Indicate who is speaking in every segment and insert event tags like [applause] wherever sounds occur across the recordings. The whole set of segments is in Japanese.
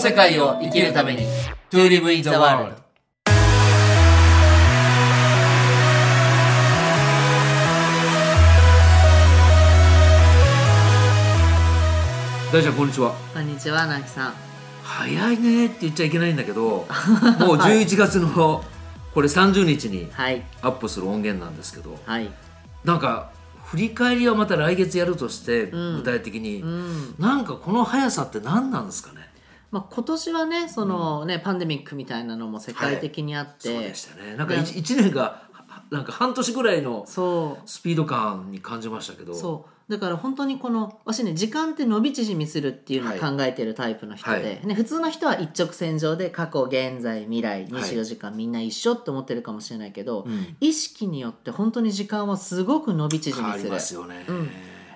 Speaker 1: 世界を生きるために To live in the world 大ちゃんこんにちは
Speaker 2: こんにちは、なきさん。
Speaker 1: 早いねって言っちゃいけないんだけ [laughs] どもう11月のこれ30日に
Speaker 2: はい。
Speaker 1: アップする音源なんですけど
Speaker 2: はい。
Speaker 1: なんか振り返りはまた来月やるとして具体的に、
Speaker 2: うん。
Speaker 1: なんかこの速さって何なんですかね
Speaker 2: まあ、今年はね、そのね、パンデミックみたいなのも世界的にあって。
Speaker 1: そうでしたねなんか
Speaker 2: いや
Speaker 1: 1, 年がはなんか半年ぐらいの
Speaker 2: そ
Speaker 1: スピード感に感じましたけど
Speaker 2: う。そう。だから本当にこの私ね時間って伸び縮みするっていうのを考えてるタイプの人で、
Speaker 1: はい
Speaker 2: ね、普通の人は一直線上で過去現在未来24時間みんな一緒って思ってるかもしれないけど、
Speaker 1: うん
Speaker 2: 意識によって本当に時間はすごく伸び縮
Speaker 1: 変わ
Speaker 2: みす
Speaker 1: り
Speaker 2: る
Speaker 1: ますよね、
Speaker 2: うん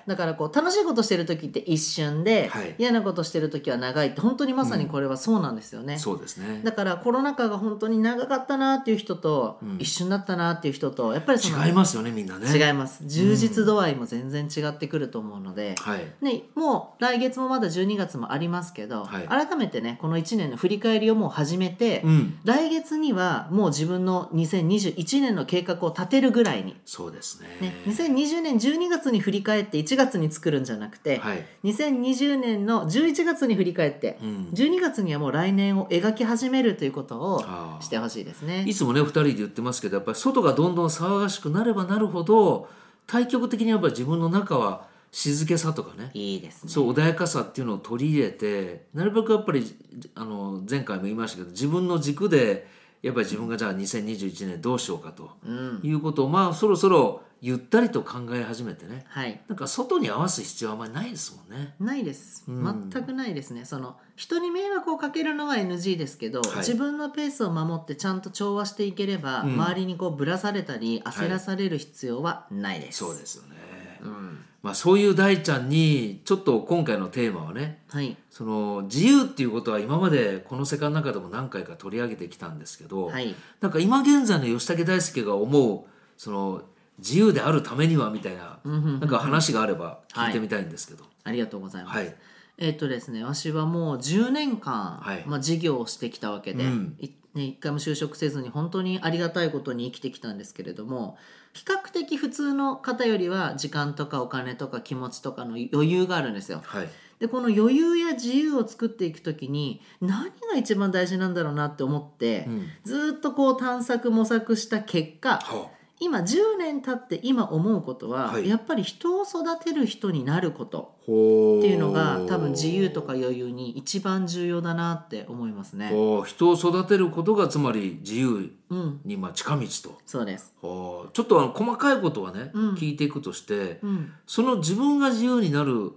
Speaker 2: だからこう楽しいことしてる時って一瞬で、
Speaker 1: はい
Speaker 2: 嫌なことしてる時は長いって本当にまさにこれはそうなんですよね。
Speaker 1: そうですね
Speaker 2: だからコロナ禍が本当に長かったなっていう人と、
Speaker 1: うん
Speaker 2: 一瞬だったなっていう人とやっぱりその
Speaker 1: 違いますよねみんなね
Speaker 2: 違います充実度合いも全然違ってくると思うので、
Speaker 1: はい
Speaker 2: ね、もう来月もまだ12月もありますけど、
Speaker 1: はい
Speaker 2: 改めてねこの1年の振り返りをもう始めて、
Speaker 1: うん
Speaker 2: 来月にはもう自分の2021年の計画を立てるぐらいに、
Speaker 1: そうですね
Speaker 2: ね、2020年12月に振り返って1月に作るんじゃなくて、
Speaker 1: はい、
Speaker 2: 2020年の11月に振り返って
Speaker 1: うん、
Speaker 2: 12月にはもう来年を描き始めるということを
Speaker 1: あー
Speaker 2: してほしいですね。
Speaker 1: いつもね2人で言ってますけどやっぱり外がどんどん騒がしくなればなるほど対極的にやっぱり自分の中は静けさとかね
Speaker 2: いいですね。
Speaker 1: そう穏やかさっていうのを取り入れてなるべくやっぱりあの前回も言いましたけど自分の軸でやっぱり自分がじゃあ2021年どうしようかと
Speaker 2: うん。
Speaker 1: いうことをまあそろそろゆったりと考え始めてね
Speaker 2: はい。
Speaker 1: なんか外に合わす必要はあんまりないですもんね。
Speaker 2: ないです。
Speaker 1: うん
Speaker 2: 全くないですね。その人に迷惑をかけるのは NG ですけど、
Speaker 1: はい
Speaker 2: 自分のペースを守ってちゃんと調和していければ、
Speaker 1: うん
Speaker 2: 周りにこうぶらされたり焦らされる必要はないです。
Speaker 1: そう
Speaker 2: す。
Speaker 1: ですよね、
Speaker 2: うん。
Speaker 1: まあ、そういう大ちゃんにちょっと今回のテーマはね
Speaker 2: はい。
Speaker 1: その自由っていうことは今までこの世界の中でも何回か取り上げてきたんですけど、
Speaker 2: はい。
Speaker 1: なんか今現在の吉武大輔が思うその自由であるためにはみたいな,、
Speaker 2: うんうんうん
Speaker 1: なんか話があれば聞いてみたいんですけど、
Speaker 2: ありがとうございます。
Speaker 1: はい
Speaker 2: えっ、とですね、私はもう10年間、
Speaker 1: はい
Speaker 2: まあ、事業をしてきたわけで、
Speaker 1: うん
Speaker 2: いね、一回も就職せずに本当にありがたいことに生きてきたんですけれども比較的普通の方よりは時間とかお金とか気持ちとかの余裕があるんですよ。
Speaker 1: はい
Speaker 2: でこの余裕や自由を作っていく時に何が一番大事なんだろうなって思って、
Speaker 1: うん
Speaker 2: ずーっとこう探索模索した結果
Speaker 1: はあ
Speaker 2: 今10年経って今思うことは、
Speaker 1: はい
Speaker 2: やっぱり人を育てる人になること。
Speaker 1: ほ
Speaker 2: っていうのが多分自由とか余裕に一番重要だなって思いますね。
Speaker 1: ほう人を育てることがつまり自由
Speaker 2: うん、
Speaker 1: にまあ近道と
Speaker 2: そうです。
Speaker 1: ほうちょっとあの細かいことはね、
Speaker 2: うん
Speaker 1: 聞いていくとして
Speaker 2: うん、
Speaker 1: その自分が自由になる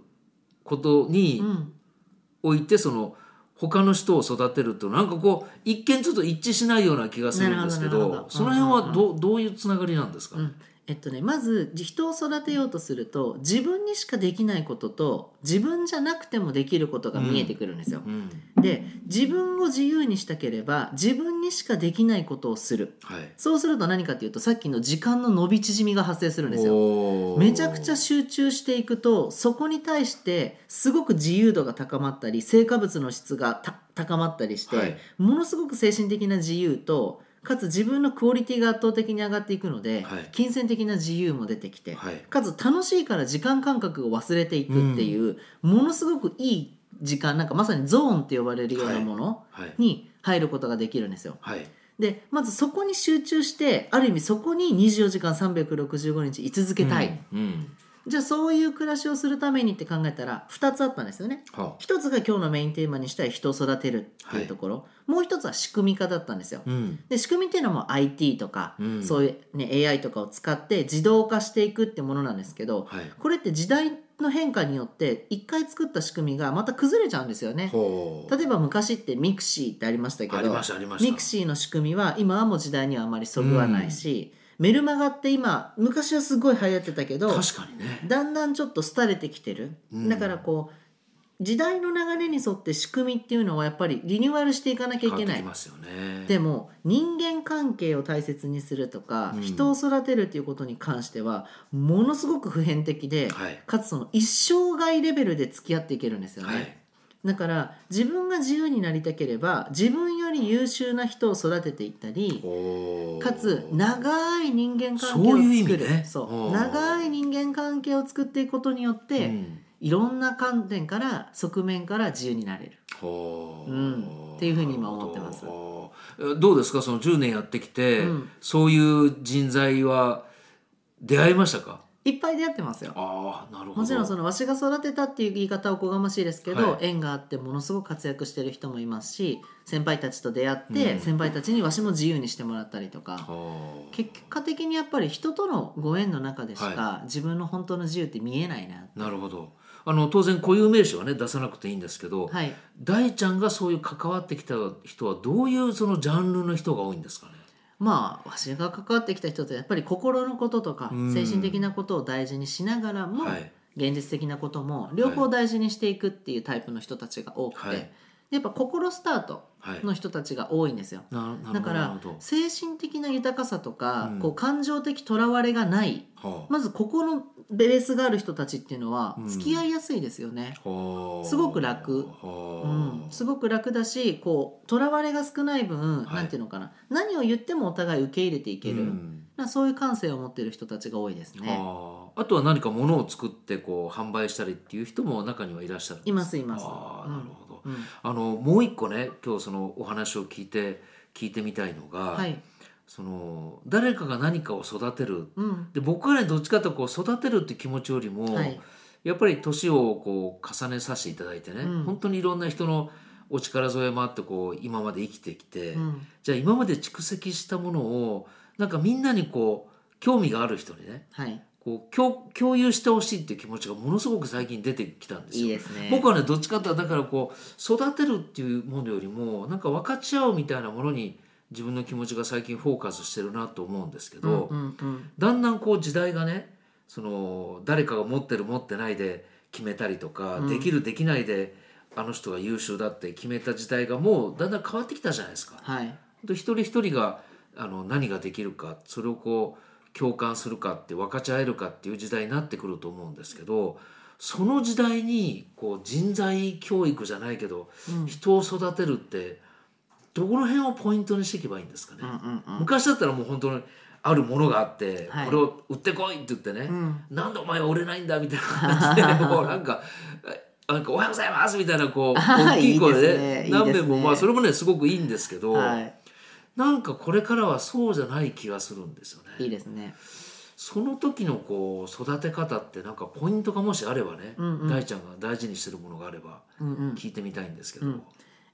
Speaker 1: ことに
Speaker 2: うん、
Speaker 1: おいてその他の人を育てるとなんかこう一見ちょっと一致しないような気がするんですけど
Speaker 2: なるほどなるほど
Speaker 1: その辺はど,、うどういうつながりなんですか、
Speaker 2: うん。えっとね、まず人を育てようとすると自分にしかできないことと自分じゃなくてもできることが見えてくるんですよ。
Speaker 1: うん
Speaker 2: で自分を自由にしたければ自分にしかできないことをする
Speaker 1: はい、
Speaker 2: そうすると何かっていうとさっきの時間の伸び縮みが発生するんですよ。めちゃくちゃ集中していくとそこに対してすごく自由度が高まったり成果物の質がた高まったりして、
Speaker 1: はい
Speaker 2: ものすごく精神的な自由とかつ自分のクオリティが圧倒的に上がっていくので、
Speaker 1: はい
Speaker 2: 金銭的な自由も出てきて、
Speaker 1: はい
Speaker 2: かつ楽しいから時間感覚を忘れていくっていう、ものすごくいい時間なんかまさにゾーンって呼ばれるようなもの
Speaker 1: はい
Speaker 2: に入ることができるんですよ。
Speaker 1: はい
Speaker 2: でまずそこに集中してある意味そこに24時間365日居続けたい。
Speaker 1: うん、うん
Speaker 2: じゃあそういう暮らしをするためにって考えたら2つあったんですよね。
Speaker 1: はあ
Speaker 2: 1つが今日のメインテーマにしたい人を育てるっていうところ、もう1つは仕組み化だったんですよ。
Speaker 1: うん
Speaker 2: で仕組みっていうのも IT とか、
Speaker 1: うん
Speaker 2: そういう、ね、AI とかを使って自動化していくってものなんですけど
Speaker 1: はい
Speaker 2: これって時代の変化によって1回作った仕組みがまた崩れちゃうんですよね。
Speaker 1: ほう
Speaker 2: 例えば昔ってミクシーってありましたけど
Speaker 1: ありましたありました
Speaker 2: ミクシーの仕組みは今はもう時代にはあまりそぐわないし、メルマガって今昔はすごい流行ってたけど
Speaker 1: 確かにね
Speaker 2: だんだんちょっと廃れてきてる、
Speaker 1: うん
Speaker 2: だからこう時代の流れに沿って仕組みっていうのはやっぱりリニューアルしていかなきゃいけ
Speaker 1: 変わっ
Speaker 2: な
Speaker 1: て
Speaker 2: い
Speaker 1: きますよね
Speaker 2: でも人間関係を大切にするとか、
Speaker 1: うん
Speaker 2: 人を育てるっていうことに関してはものすごく普遍的で、
Speaker 1: はい
Speaker 2: かつその一生涯レベルで付き合っていけるんですよね、
Speaker 1: はい
Speaker 2: だから自分が自由になりたければ自分より優秀な人を育てていったり
Speaker 1: おー
Speaker 2: かつ長い人間関係を
Speaker 1: そういう意
Speaker 2: 作
Speaker 1: 味
Speaker 2: る
Speaker 1: ね
Speaker 2: そ
Speaker 1: お
Speaker 2: う
Speaker 1: ー
Speaker 2: 長い人間関係を作っていくことによっ
Speaker 1: う
Speaker 2: て、
Speaker 1: ん
Speaker 2: いろんな観点から側面から自由になれる。
Speaker 1: ほー
Speaker 2: うんっていうふうに今思ってます
Speaker 1: ほーどうですかその10年やってきて、
Speaker 2: うん
Speaker 1: そういう人材は出会いましたか
Speaker 2: いっぱい出会ってますよ。
Speaker 1: ああなるほど
Speaker 2: もちろんそのわしが育てたっていう言い方はおこがましいですけど、
Speaker 1: はい
Speaker 2: 縁があってものすごく活躍してる人もいますし先輩たちと出会って、
Speaker 1: うん
Speaker 2: 先輩たちにわしも自由にしてもらったりとか
Speaker 1: ほー
Speaker 2: 結果的にやっぱり人とのご縁の中でしか、自分の本当の自由って見えないな
Speaker 1: なるほどあの当然固有名詞はね出さなくていいんですけど、
Speaker 2: はい
Speaker 1: 大ちゃんがそういう関わってきた人はどういうそのジャンルの人が多いんですかね
Speaker 2: まあわしが関わってきた人とやっぱり心のこととか
Speaker 1: うん
Speaker 2: 精神的なことを大事にしながらも、
Speaker 1: はい
Speaker 2: 現実的なことも両方大事にしていくっていうタイプの人たちが多くて、
Speaker 1: はい
Speaker 2: でやっぱ心スタート
Speaker 1: はい
Speaker 2: の人たちが多いんですよ。
Speaker 1: ななるほど
Speaker 2: だか
Speaker 1: なる
Speaker 2: ら
Speaker 1: ほど
Speaker 2: 精神的な豊かさとか、
Speaker 1: うん
Speaker 2: こう感情的とらわれがない
Speaker 1: はあ
Speaker 2: まずここのベースがある人たちっていうのは
Speaker 1: うん
Speaker 2: 付き合いやすいですよね、
Speaker 1: はあ
Speaker 2: すごく楽う
Speaker 1: は
Speaker 2: んすごく楽だしこうとらわれが少ない分、
Speaker 1: はい
Speaker 2: なんていうのかな何を言ってもお互い受け入れてい
Speaker 1: あ
Speaker 2: ける、
Speaker 1: うん
Speaker 2: なそういう感性を持ってる人たちが多いですね。
Speaker 1: はああとは何か物を作ってこう販売したりっていう人も中にはいらっしゃるんです
Speaker 2: いますいます
Speaker 1: ああ
Speaker 2: うん
Speaker 1: なるほど、
Speaker 2: うん
Speaker 1: あのもう一個ね今日そのお話を聞いて聞いてみたいのが、
Speaker 2: はい、
Speaker 1: その誰かが何かを育てる
Speaker 2: うん、
Speaker 1: で僕らにどっちかというとこう育てるって気持ちよりも、
Speaker 2: はい
Speaker 1: やっぱり年をこう重ねさせていただいてね、
Speaker 2: うん
Speaker 1: 本当にいろんな人のお力添えもあってこう今まで生きてきて、
Speaker 2: うん
Speaker 1: じゃあ今まで蓄積したものをなんかみんなにこう興味がある人にね
Speaker 2: はい、
Speaker 1: こう共共有してほしいっていう気持ちがものすごく最近出てきたんですよ。
Speaker 2: いいですね。
Speaker 1: 僕はねどっちかというとだからこう育てるっていうものよりもなんか分かち合うみたいなものに自分の気持ちが最近フォーカスしてるなと思うんですけど、
Speaker 2: うんうんうん
Speaker 1: だんだんこう時代がねその誰かが持ってる持ってないで決めたりとか、
Speaker 2: うん
Speaker 1: できるできないであの人が優秀だって決めた時代がもうだんだん変わってきたじゃないですか。
Speaker 2: はい、
Speaker 1: 本当一人一人があの何ができるかそれをこう共感するかって分かち合えるかっていう時代になってくると思うんですけどその時代にこう人材教育じゃないけど
Speaker 2: うん
Speaker 1: 人を育てるってどこの辺をポイントにしていけばいいんですかね。
Speaker 2: うんうん
Speaker 1: 昔だったらもう本当にあるものがあって、
Speaker 2: はい
Speaker 1: これを売ってこいって言ってね、
Speaker 2: うん
Speaker 1: なんでお前は売れないんだみたいな感じで
Speaker 2: [laughs]
Speaker 1: もうなんか。あなんかおはようございますみたいなこう
Speaker 2: あ
Speaker 1: 大きい声で
Speaker 2: いいですねい
Speaker 1: 何遍も
Speaker 2: いですね
Speaker 1: まあそれもねすごくいいんですけど、
Speaker 2: うんは
Speaker 1: なんかこれからはそうじゃない気がするんですよ
Speaker 2: い、い
Speaker 1: ね。
Speaker 2: いですね。
Speaker 1: その時のこう育て方ってなんかポイントがもしあればね、
Speaker 2: うんうん
Speaker 1: 大ちゃんが大事にしてるものがあれば
Speaker 2: うんうん、
Speaker 1: 聞いてみたいんですけど、
Speaker 2: うん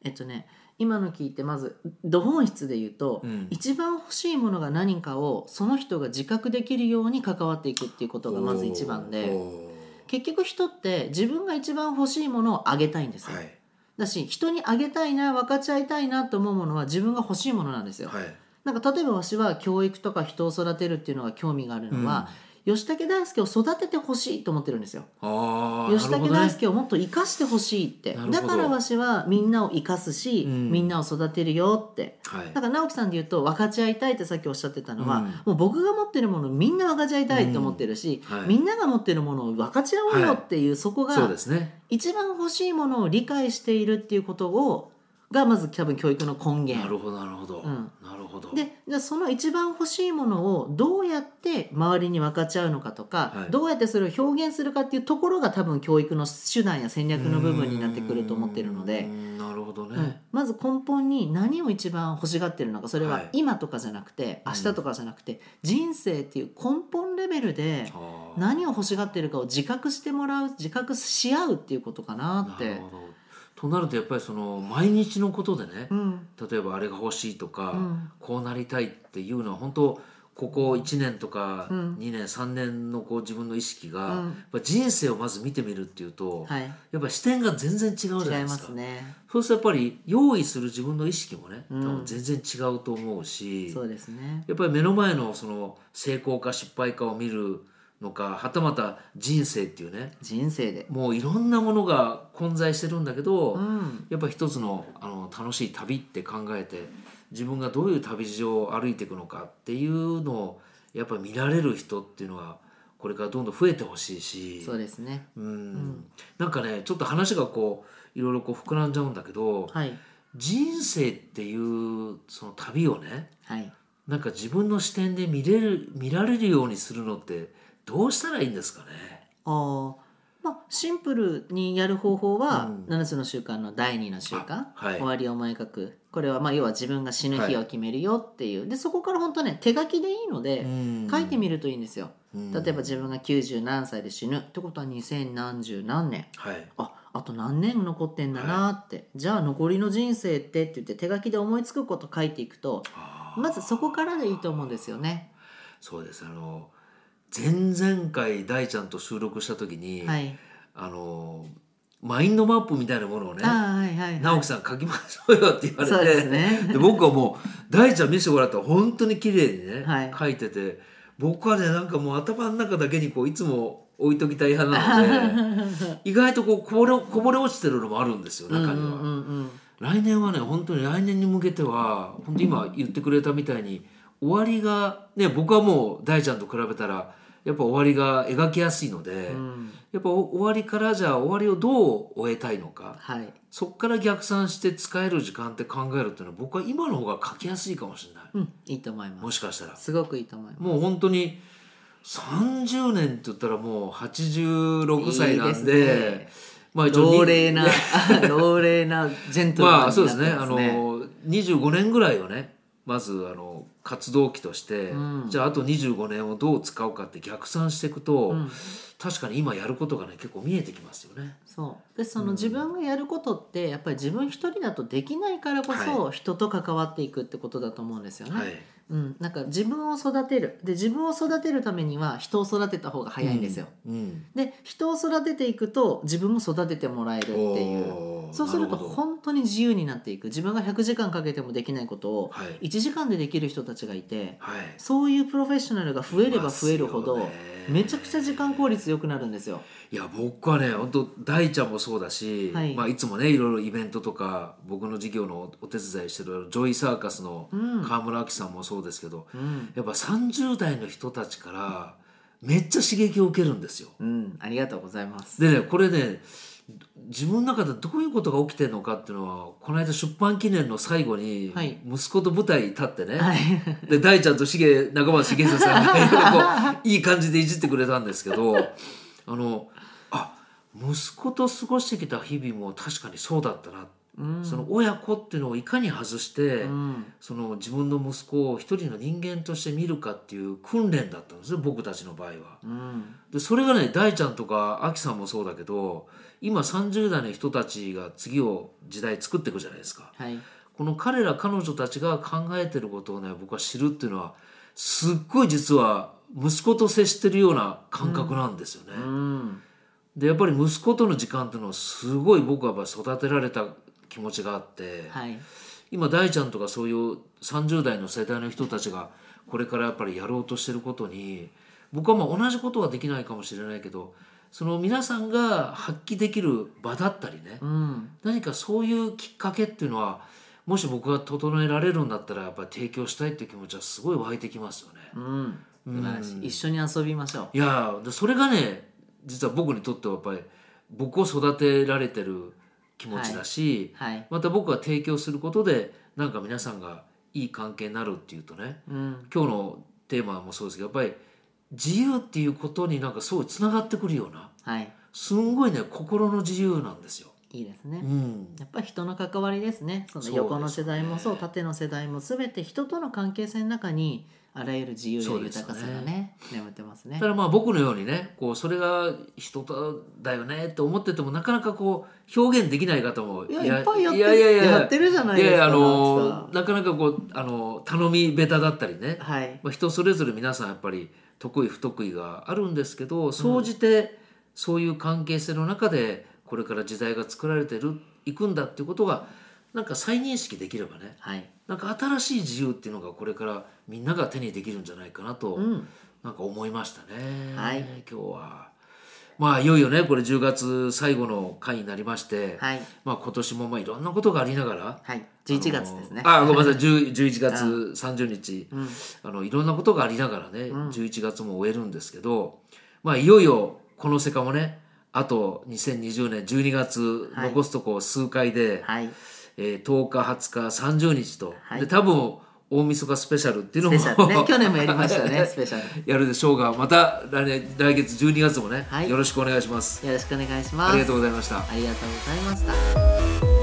Speaker 2: えっとね今の聞いてまずど本質で言うと、
Speaker 1: うん
Speaker 2: 一番欲しいものが何かをその人が自覚できるように関わっていくっていうことがまず一番で
Speaker 1: お
Speaker 2: 結局人って自分が一番欲しいものをあげたいんです
Speaker 1: ー
Speaker 2: よ、
Speaker 1: はい
Speaker 2: だし人にあげたいな分かち合いたいなと思うものは自分が欲しいものなんですよ、
Speaker 1: はい
Speaker 2: なんか例えばわしは教育とか人を育てるっていうのが興味があるのは、吉武大輔を育ててほしいと思ってるんですよ
Speaker 1: あー
Speaker 2: 吉
Speaker 1: なるほ
Speaker 2: 武
Speaker 1: ど
Speaker 2: 大
Speaker 1: ね
Speaker 2: 輔をもっと生かしてほしいって
Speaker 1: なるほど
Speaker 2: だからわしはみんなを生かすし、
Speaker 1: うん
Speaker 2: みんなを育てるよって
Speaker 1: はい
Speaker 2: だから直樹さんで言うと分かち合いたいってさっきおっしゃってたのは、
Speaker 1: うん
Speaker 2: もう僕が持ってるものみんな分かち合いたいと思ってるし、
Speaker 1: うんはい
Speaker 2: みんなが持ってるものを分かち合おうよっていう、そこ
Speaker 1: そう
Speaker 2: が
Speaker 1: ですね。
Speaker 2: 一番欲しいものを理解しているっていうことをがまず多分教育の根
Speaker 1: な
Speaker 2: 源。
Speaker 1: るほどなるほど、
Speaker 2: うん
Speaker 1: なるほど。
Speaker 2: でじゃあその一番欲しいものをどうやって周りに分かち合うのかとか、
Speaker 1: はい
Speaker 2: どうやってそれを表現するかっていうところが多分教育の手段や戦略の部分になってくると思ってるの
Speaker 1: うー
Speaker 2: で、
Speaker 1: んなるほどね。
Speaker 2: うんまず根本に何を一番欲しがってるのかそれ
Speaker 1: は
Speaker 2: はい今とかじゃなくて、明日とかじゃなくて人生っていう根本レベルで
Speaker 1: あー
Speaker 2: 何を欲しがってるかを自覚してもらう自覚し合うっていうことかなっ
Speaker 1: なる
Speaker 2: て。
Speaker 1: ほど。となるとやっぱりその毎日のことでね、
Speaker 2: うん
Speaker 1: 例えばあれが欲しいとか、
Speaker 2: うん
Speaker 1: こうなりたいっていうのは本当ここ1年とか
Speaker 2: うん
Speaker 1: 2年、3年のこう自分の意識が、
Speaker 2: うん
Speaker 1: やっぱ人生をまず見てみるっていうと、
Speaker 2: はい、
Speaker 1: やっぱ視点が全然違うじゃな
Speaker 2: 違
Speaker 1: い
Speaker 2: い
Speaker 1: で
Speaker 2: ます
Speaker 1: か。
Speaker 2: すね。
Speaker 1: そうするとやっぱり用意する自分の意識もね、
Speaker 2: うん
Speaker 1: 多分全然違うと思うし。
Speaker 2: そうですね。
Speaker 1: やっぱり目の前のその成功か失敗かを見るのかはたまた人生っていうね
Speaker 2: 人生で。
Speaker 1: もういろんなものが混在してるんだけど、
Speaker 2: うん。
Speaker 1: やっぱ一つのあの楽しい旅って考えて自分がどういう旅路を歩いていくのかっていうのをやっぱり見られる人っていうのはこれからどんどん増えてほしいし
Speaker 2: そうですね。
Speaker 1: うんなんかねちょっと話がこういろいろこう膨らんじゃうんだけど
Speaker 2: はい
Speaker 1: 人生っていうその旅をね
Speaker 2: はい
Speaker 1: なんか自分の視点で見れる見られるようにするのってどうしたらいいんですかね
Speaker 2: あーまあシンプルにやる方法は
Speaker 1: うん
Speaker 2: 7つの習慣の第2の習慣
Speaker 1: あはい
Speaker 2: 終わりを思い描くこれはまあ要は自分が死ぬ日を決めるよっていうでそこから本当ね手書きでいいので書いてみるといいんですよ
Speaker 1: うん
Speaker 2: 例えば自分が90何歳で死ぬってことは2000何十何年
Speaker 1: はい
Speaker 2: ああと何年残ってんだなーって、じゃあ残りの人生ってって言って手書きで思いつくこと書いていくと
Speaker 1: あー
Speaker 2: まずそこからでいいと思うんですよね。
Speaker 1: そうですあの前々回大ちゃんと収録した時に、
Speaker 2: はい、
Speaker 1: あのマインドマップみたいなものをね
Speaker 2: あーはいはいはい
Speaker 1: 直樹さん書きましょうよって言われて
Speaker 2: そうですね
Speaker 1: [laughs] で僕はもう大ちゃん見せてもらったら本当に綺麗にね、
Speaker 2: はい
Speaker 1: 書いてて僕はねなんかもう頭の中だけにこういつも置いときたい派な
Speaker 2: [laughs]
Speaker 1: ので意外とこうこぼれこぼれ落ちてるのもあるんですよ
Speaker 2: うんう
Speaker 1: 中には、
Speaker 2: んうんうん
Speaker 1: 来年はね本当に来年に向けては本当今言ってくれたみたいに終わりがね僕はもう大ちゃんと比べたらやっぱ終わりが描きやすいので、
Speaker 2: ん
Speaker 1: やっぱ終わりからじゃあ終わりをどう終えたいのか
Speaker 2: はい
Speaker 1: そこから逆算して使える時間って考えるっていうのは僕は今の方が書きやすいかもしれない、
Speaker 2: うん、いいと思いま
Speaker 1: もしかしたら
Speaker 2: すすごくいいと思います。
Speaker 1: もう本当に30年って言ったらもう86歳なんで
Speaker 2: いいです
Speaker 1: まあ
Speaker 2: ね、
Speaker 1: に
Speaker 2: 老齢な [laughs] 老齢なジェントルマ
Speaker 1: ま
Speaker 2: ン
Speaker 1: あ
Speaker 2: に
Speaker 1: そう
Speaker 2: な
Speaker 1: で
Speaker 2: って
Speaker 1: すね
Speaker 2: ます
Speaker 1: あ
Speaker 2: ね。
Speaker 1: の25年ぐらいをねまずあの活動期として、
Speaker 2: うん
Speaker 1: じゃああと25年をどう使うかって逆算していくと、
Speaker 2: うん
Speaker 1: 確かに今やることがね結構見えてきますよね。
Speaker 2: そうでその自分がやることってやっぱり自分一人だとできないからこそ人と関わっていくってことだと思うんですよね。
Speaker 1: はい、
Speaker 2: うん、なんか自分を育てるで自分を育てるためには人を育てた方が早いんですよ、
Speaker 1: うん
Speaker 2: で人を育てていくと自分も育ててもらえるっていう
Speaker 1: おー
Speaker 2: そうすると
Speaker 1: なほど
Speaker 2: 本当に自由になっていく自分が100時間かけてもできないことを
Speaker 1: はい
Speaker 2: 1時間でできる人たちがいて
Speaker 1: はい、
Speaker 2: そういうプロフェッショナルが増えれば増えるほ
Speaker 1: い
Speaker 2: ど
Speaker 1: ますよね
Speaker 2: めちゃくちゃ時間効率良くなるんですよ。
Speaker 1: いや僕はね本当大ちゃんもそうだし、
Speaker 2: はい
Speaker 1: いまあ、いつもねいろいろイベントとか僕の事業のお手伝いしてるジョイサーカスの
Speaker 2: うん
Speaker 1: 川村明さんもそうですけど、
Speaker 2: うん
Speaker 1: やっぱ30代の人たちからめっちゃ刺激を受けるんですよ。
Speaker 2: うん、ありがとうございます。
Speaker 1: でねこれね自分の中でどういうことが起きてるのかっていうのはこの間出版記念の最後に
Speaker 2: はい
Speaker 1: 息子と舞台に立ってね、
Speaker 2: はい、 [laughs]
Speaker 1: で大ちゃんとしげ仲間しげささんがいろいろ
Speaker 2: [laughs]
Speaker 1: こういい感じでいじってくれたんですけどあのあ息子と過ごしてきた日々も確かにそうだったな、
Speaker 2: うん
Speaker 1: その親子っていうのをいかに外して、
Speaker 2: うん
Speaker 1: その自分の息子を一人の人間として見るかっていう訓練だったんですよ僕たちの場合は。
Speaker 2: うん
Speaker 1: でそれがね大ちゃんとかあきさんもそうだけど今30代の人たちが次を時代作っていくじゃないですか。
Speaker 2: はい
Speaker 1: この彼ら彼女たちが考えてることをね僕は知るっていうのはすっごい実は息子と接してるような感覚なんですよね。
Speaker 2: うん
Speaker 1: でやっぱり息子との時間っていうのはすごい僕はやっぱ育てられた気持ちがあって、
Speaker 2: はい
Speaker 1: 今大ちゃんとかそういう30代の世代の人たちがこれからやっぱりやろうとしてることに僕はまあ同じことはできないかもしれないけどその皆さんが発揮できる場だったりね、
Speaker 2: うん
Speaker 1: 何かそういうきっかけっていうのはもし僕が整えられるんだったらやっぱり提供したいっていう気持ちはすごい湧いてきますよね。
Speaker 2: うん、素晴らしい一緒に遊びましょう
Speaker 1: いやーでそれがね実は僕にとってはやっぱり僕を育てられてる気持ちだし、
Speaker 2: はい
Speaker 1: また僕が提供することでなんか皆さんがいい関係になるっていうとね
Speaker 2: うん
Speaker 1: 今日のテーマもそうですけどやっぱり自由っていうことになんかすごいつながってくるような
Speaker 2: はい
Speaker 1: すんごいね心の自由なんですよ。
Speaker 2: いいですね、
Speaker 1: うん、
Speaker 2: やっぱり人の関わりですねその
Speaker 1: そうですね
Speaker 2: 横の世代もそう縦の世代も全て人との関係性の中にあらゆる自由や
Speaker 1: そうです
Speaker 2: 豊
Speaker 1: よ
Speaker 2: か
Speaker 1: ね
Speaker 2: さがね眠ってますね
Speaker 1: ただまあ僕のようにねこうそれが人だよねって思っててもなかなかこう表現できない方も
Speaker 2: いやいっぱいやって
Speaker 1: やいやいや
Speaker 2: やってるじゃないですか
Speaker 1: ややあ
Speaker 2: 直
Speaker 1: の
Speaker 2: 樹
Speaker 1: なかなかこうあの頼み下手だったりね、
Speaker 2: はい
Speaker 1: まあ、人それぞれ皆さんやっぱり得意不得意があるんですけど総じてそういう関係性の中でこれから時代が作られてるいくんだっていうことがなんか再認識できればね
Speaker 2: はい
Speaker 1: なんか新しい自由っていうのがこれからみんなが手にできるんじゃないかなと、
Speaker 2: うん
Speaker 1: なんか思いましたね、
Speaker 2: はい
Speaker 1: 今日はまあいよいよねこれ10月最後の回になりまして、
Speaker 2: はい
Speaker 1: まあ、今年もまあいろんなことがありながら
Speaker 2: はい11月ですね
Speaker 1: あごめんなさい10 11月30日、あのいろんなことがありながらね、11月も終えるんですけど、まあ、いよいよこの世界もねあと2020年12月、
Speaker 2: はい
Speaker 1: 残すとこ数回で、
Speaker 2: はい
Speaker 1: えー10日20日30日と、
Speaker 2: はい
Speaker 1: で多分大晦日スペシャルっていう
Speaker 2: ス
Speaker 1: の
Speaker 2: ペ
Speaker 1: も
Speaker 2: シャルね
Speaker 1: [laughs]
Speaker 2: 去年もやりましたねスペシャル
Speaker 1: やるでしょうがまた来年来月12月もね、
Speaker 2: はい
Speaker 1: よろしくお願いします
Speaker 2: よろしくお願いします
Speaker 1: ありがとうございました
Speaker 2: ありがとうございました